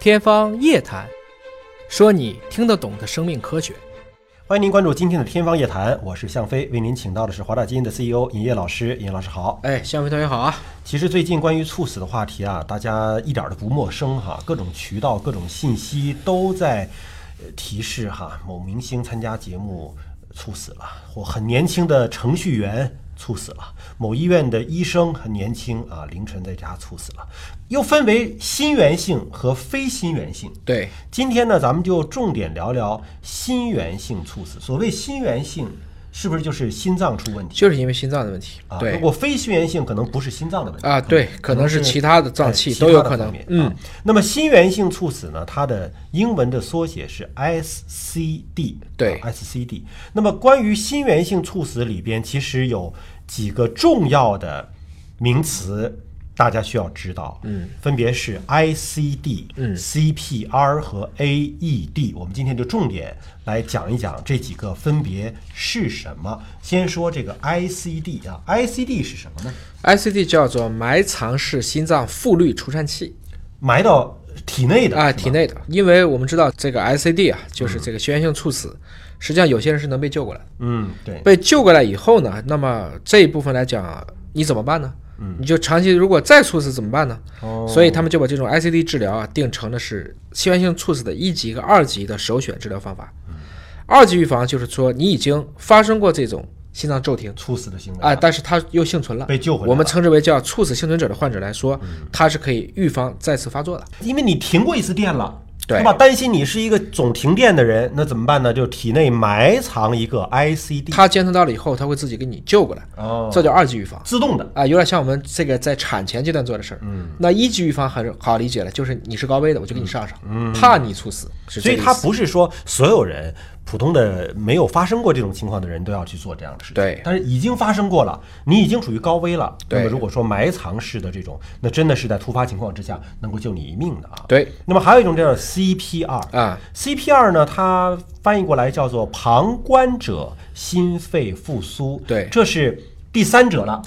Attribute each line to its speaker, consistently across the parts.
Speaker 1: 天方夜谭，说你听得懂的生命科学。
Speaker 2: 欢迎您关注今天的《天方夜谭》，我是向飞，为您请到的是华大基因的 CEO 尹烨老师。尹老师好。
Speaker 1: 哎，向飞同学好啊！
Speaker 2: 其实最近关于猝死的话题啊，大家一点儿都不陌生哈，各种渠道、各种信息都在呃提示哈，某明星参加节目呃猝死了，或很年轻的程序员猝死了，某医院的医生很年轻啊，凌晨在家猝死了，又分为心源性和非心源性。
Speaker 1: 对，
Speaker 2: 今天呢，咱们就重点聊聊心源性猝死。所谓心源性，是不是就是心脏出问题
Speaker 1: 就是因为心脏的问题。
Speaker 2: 啊？如
Speaker 1: 对
Speaker 2: 果非心源性，可能不是心脏的问题
Speaker 1: 啊，对，可能是其他的脏器
Speaker 2: 哎其他
Speaker 1: 都
Speaker 2: 的
Speaker 1: 有可能
Speaker 2: 方面。
Speaker 1: 嗯
Speaker 2: 啊，那么心源性猝死呢，它的英文的缩写是 SCD，
Speaker 1: 对
Speaker 2: 啊，SCD。那么关于心源性猝死里边，其实有几个重要的名词。大家需要知道，嗯，分别是 ICD、嗯、CPR 和 AED。我们今天就重点来讲一讲这几个分别是什么。先说这个 ICD 啊，ICD 是什么呢？
Speaker 1: ，ICD 叫做埋藏式心脏复律除颤器
Speaker 2: 埋到体内的
Speaker 1: 啊，
Speaker 2: 是吧
Speaker 1: 体内的。因为我们知道这个 ICD 啊，就是这个心源性猝死，实际上有些人是能被救过来的。
Speaker 2: 嗯，对，
Speaker 1: 被救过来以后呢，那么这一部分来讲，你怎么办呢？你就长期如果再猝死怎么办呢？
Speaker 2: 嗯哦
Speaker 1: 所以他们就把这种 ICD 治疗啊定成的是心源性猝死的一级和二级的首选治疗方法。
Speaker 2: 嗯
Speaker 1: 二级预防就是说你已经发生过这种心脏骤停
Speaker 2: 猝死的行为
Speaker 1: 啊，但是它又幸存了，
Speaker 2: 被救回来了嗯
Speaker 1: 我们称之为叫猝死幸存者的患者来说，它是可以预防再次发作的。
Speaker 2: 因为你停过一次电了，
Speaker 1: 对
Speaker 2: 是吧？担心你是一个总停电的人，那怎么办呢？就体内埋藏一个 ICD，
Speaker 1: 它监测到了以后，它会自己给你救过来，
Speaker 2: 哦，
Speaker 1: 这叫二级预防。
Speaker 2: 自动的，
Speaker 1: 啊，有点像我们这个在产前阶段做的事儿。嗯，那一级预防很好理解了，就是你是高危的，我就给你上上，怕你猝死，是
Speaker 2: 嗯所
Speaker 1: 这
Speaker 2: 以
Speaker 1: 个意
Speaker 2: 它
Speaker 1: 思。
Speaker 2: 不是说所有人。普通的没有发生过这种情况的人都要去做这样的事情，
Speaker 1: 对
Speaker 2: 但是已经发生过了，你已经处于高危了。
Speaker 1: 对
Speaker 2: 那么如果说埋藏式的这种，那真的是在突发情况之下能够救你一命的啊。
Speaker 1: 对
Speaker 2: 那么还有一种叫做 CPR
Speaker 1: 啊
Speaker 2: CPR 呢，它翻译过来叫做旁观者心肺复苏，
Speaker 1: 对
Speaker 2: 这是第三者了。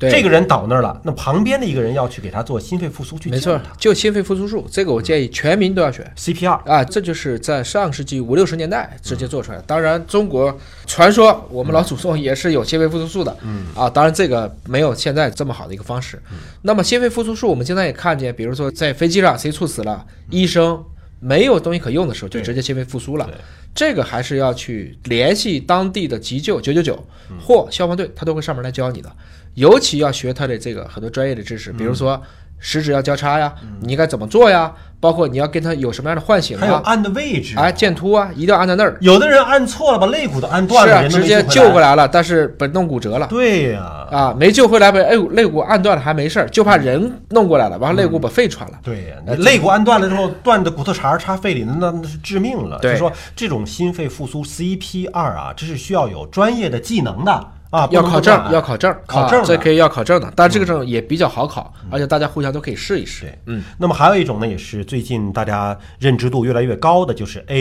Speaker 1: 对
Speaker 2: 这个人倒那儿了，那旁边的一个人要去给他做心肺复苏，去
Speaker 1: 没
Speaker 2: 救
Speaker 1: 错
Speaker 2: 他。，
Speaker 1: 就心肺复苏术，这个我建
Speaker 2: 嗯
Speaker 1: 议全民都要学。
Speaker 2: CPR
Speaker 1: 啊，这就是在上世纪五六十年代直
Speaker 2: 嗯
Speaker 1: 接做出来的。当然，中国传说我们老祖宗也是有心肺复苏术的，嗯啊，当然这个没有现在这么好的一个方式。
Speaker 2: 嗯
Speaker 1: 那么心肺复苏术，我们经常也看见，比如说在飞机上谁猝死了，医生没有东西可用的时候，就
Speaker 2: 嗯对
Speaker 1: 直接心肺复苏了
Speaker 2: 对。
Speaker 1: 这个还是要去联系当地的急救九九九
Speaker 2: 嗯
Speaker 1: 或消防队，他都会上门来教你的。尤其要学他的这个很多专业的知
Speaker 2: 嗯
Speaker 1: 识，比如说食指要交叉呀，你应该怎么做呀，包括你要跟他有什么样的唤醒
Speaker 2: 还有
Speaker 1: 啊，
Speaker 2: 按的位置
Speaker 1: 哎，剑突啊，一定要按在那儿。
Speaker 2: 有的人按错了，把肋骨都按
Speaker 1: 是
Speaker 2: 断了，
Speaker 1: 啊，
Speaker 2: 人都
Speaker 1: 直
Speaker 2: 没
Speaker 1: 接
Speaker 2: 救
Speaker 1: 救
Speaker 2: 回
Speaker 1: 回
Speaker 2: 来。
Speaker 1: 来了，但是本弄骨折了。
Speaker 2: 对呀、
Speaker 1: 啊，没救回来被哎呦肋骨按断了还没事儿，就怕人弄过来了，
Speaker 2: 嗯
Speaker 1: 完了肋骨把肺穿了。
Speaker 2: 对呀、你肋骨按断了之后，断的骨头茬儿插肺里，那那那是致命了。
Speaker 1: 对
Speaker 2: 就说这种心肺复苏 CPR 啊，这是需要有专业的技能的啊，不
Speaker 1: 要
Speaker 2: 能
Speaker 1: 考
Speaker 2: 够
Speaker 1: 证
Speaker 2: 乱，
Speaker 1: 要考证，
Speaker 2: 考证
Speaker 1: 啊
Speaker 2: 的
Speaker 1: 这可以要考证的，但这个证也比较好考，而且大家互相都可以试一试
Speaker 2: 对。，嗯，那么还有一种呢，也是最近大家认知度越来越高的，就是 E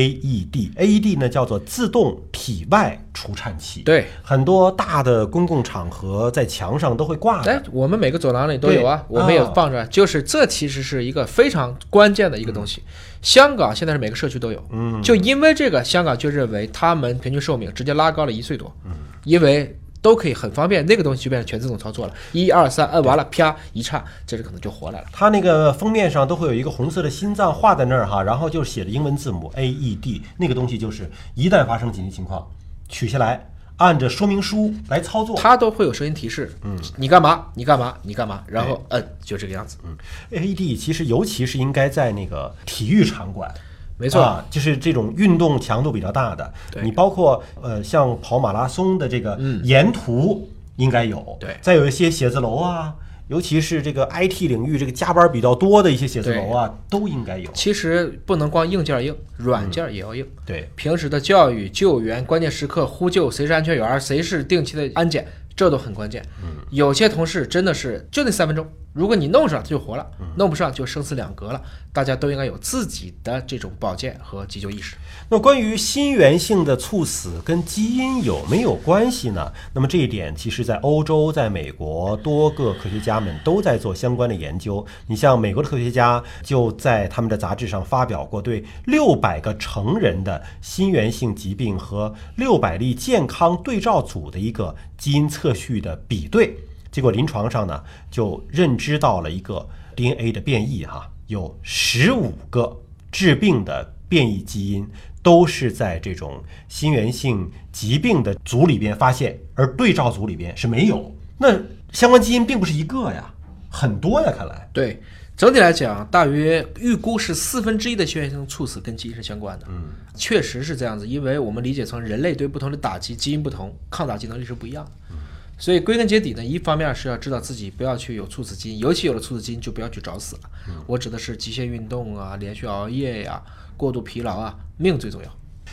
Speaker 2: AED。AED 呢叫做自动体外除颤器，，
Speaker 1: 对，
Speaker 2: 很多大的公共场合在墙上都会挂着。
Speaker 1: 哎，我们每个走廊里都有啊，
Speaker 2: 对
Speaker 1: 我们也
Speaker 2: 啊
Speaker 1: 放着。就是这其实是一个非常关键的一个东西。香港现在是每个社区都有，嗯，就因为这个，香港就认为他们平均寿命直接拉高了一岁多，嗯，因为都可以很方便，那个东西就变成全自动操作了，一二三，按完了，啪一颤，这是可能就活来了。
Speaker 2: 它那个封面上都会有一个红色的心脏画在那儿哈，然后就写着英文字母 AED，那个东西就是一旦发生紧急情况，取下来按着说明书来操作。
Speaker 1: 它都会有声音提示，哦嗯，哎你干嘛？你干嘛？你干嘛？然后摁、就这个样子。
Speaker 2: AED E 其实尤其是应该在那个体育场馆。
Speaker 1: 没错
Speaker 2: 啊，就是这种运动强度比较大的，
Speaker 1: 对嗯
Speaker 2: 你包括呃，像跑马拉松的这个沿途应该有，
Speaker 1: 对
Speaker 2: 再有一些写字楼啊，尤其是这个 IT 领域这个加班比较多的一些写字楼啊，都应该有，
Speaker 1: 其实不能光硬件硬，软件也要硬。
Speaker 2: 对，
Speaker 1: 平时的教育、救援、关键时刻呼救，谁是安全员儿，谁是定期的安检，这都很关键。有些同事真的是就那三分钟，如果你弄上他就活了，弄不上就生死两隔了。大家都应该有自己的这种保健和急救意识。
Speaker 2: 那关于心源性的猝死跟基因有没有关系呢？那么这一点，其实在欧洲、在美国，多个科学家们都在做相关的研究。你像美国的科学家就在他们的杂志上发表过对六百个成人的心源性疾病和六百例健康对照组的一个基因测序的比对，结果临床上呢就认知到了一个 DNA 的变异哈、有十五个致病的变异基因都是在这种心源性疾病的组里边发现，而对照组里边是没有。那相关基因并不是一个呀，很多呀，看来。
Speaker 1: 对，整体来讲，大约预估是四分之一的心源性猝死跟基因是相关的。嗯，确实是这样子，因为我们理解成人类对不同的打击，基因不同，抗打击能力是不一样的。所以归根结底呢，一方面是要知道自己不要去有猝死基因，尤其有了猝死基因就不要去找死了。我指的是极限运动啊、连续熬夜呀、过度疲劳啊，命最重要。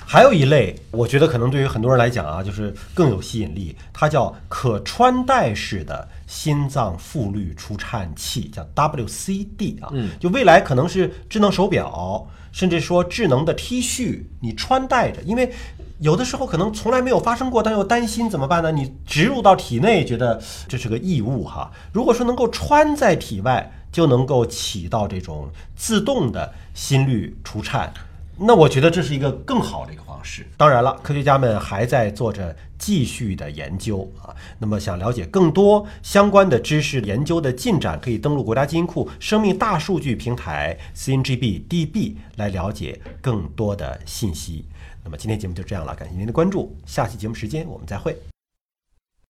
Speaker 2: 还有一类，我觉得可能对于很多人来讲啊，就是更有吸引力，它叫可穿戴式的心脏复律除颤器，叫 WCD 啊。嗯，就未来可能是智能手表，甚至说智能的 T 恤，你穿戴着，因为有的时候可能从来没有发生过，但又担心怎么办呢？你植入到体内，觉得这是个异物哈。如果说能够穿在体外，就能够起到这种自动的心率除颤。那我觉得这是一个更好的一个方式。当然了，科学家们还在做着继续的研究啊。那么想了解更多相关的知识研究的进展，可以登录国家基因库生命大数据平台 CNGB DB 来了解更多的信息。那么今天节目就这样了，感谢您的关注，下期节目时间我们再会。